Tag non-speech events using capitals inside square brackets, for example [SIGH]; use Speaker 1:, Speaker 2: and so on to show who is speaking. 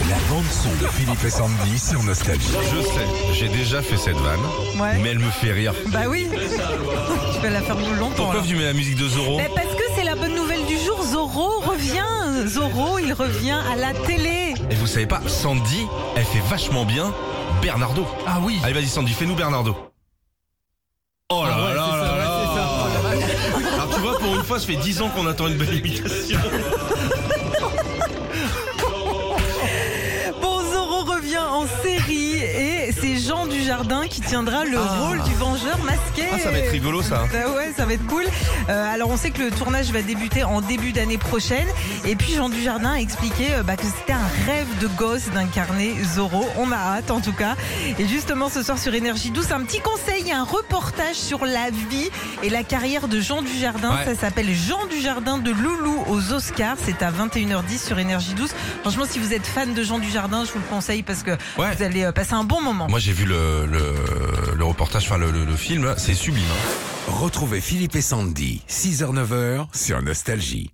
Speaker 1: bande son de Philippe et Sandy sur Nostalgie.
Speaker 2: Je sais, j'ai déjà fait cette vanne,
Speaker 3: Ouais.
Speaker 2: mais elle me fait rire.
Speaker 3: Bah oui. [LAUGHS] Tu vas la faire longtemps.
Speaker 2: Pourquoi
Speaker 3: alors.
Speaker 2: tu mets la musique de Zoro
Speaker 3: Bah, parce que c'est la bonne nouvelle du jour. Zorro revient. Zorro, il revient à la télé.
Speaker 2: Et vous savez pas, Sandy, elle fait vachement bien Bernardo.
Speaker 1: Ah oui.
Speaker 2: Allez, vas-y, Sandy, fais-nous Bernardo. Oh là là là là Alors tu vois, pour une fois, ça fait 10 ans qu'on attend une belle imitation.
Speaker 3: Bon, Zorro revient en série et c'est Jean Dujardin qui tiendra le rôle du vengeur masqué.
Speaker 2: Ah, ça va être rigolo,
Speaker 3: [LAUGHS]
Speaker 2: ça.
Speaker 3: Bah ouais, ça va être cool. Euh, alors on sait que le tournage va débuter en début d'année prochaine. Et puis Jean Dujardin a expliqué euh, bah, que c'était un rêve de gosse d'incarner Zorro. On a hâte en tout cas. Et justement ce soir sur Énergie Douce, un petit conseil, un reportage sur la vie et la carrière de Jean Dujardin.
Speaker 2: Ouais.
Speaker 3: Ça s'appelle Jean Dujardin de Loulou aux Oscars. C'est à 21h10 sur Énergie Douce. Franchement, si vous êtes fan de Jean Dujardin, je vous le conseille parce que
Speaker 2: Ouais.
Speaker 3: vous allez euh, passer un bon moment.
Speaker 2: Moi, j'ai vu le, le, le reportage, enfin le, le- le film, c'est sublime. hein.
Speaker 1: Retrouvez Philippe et Sandy, 6h-9h sur Nostalgie.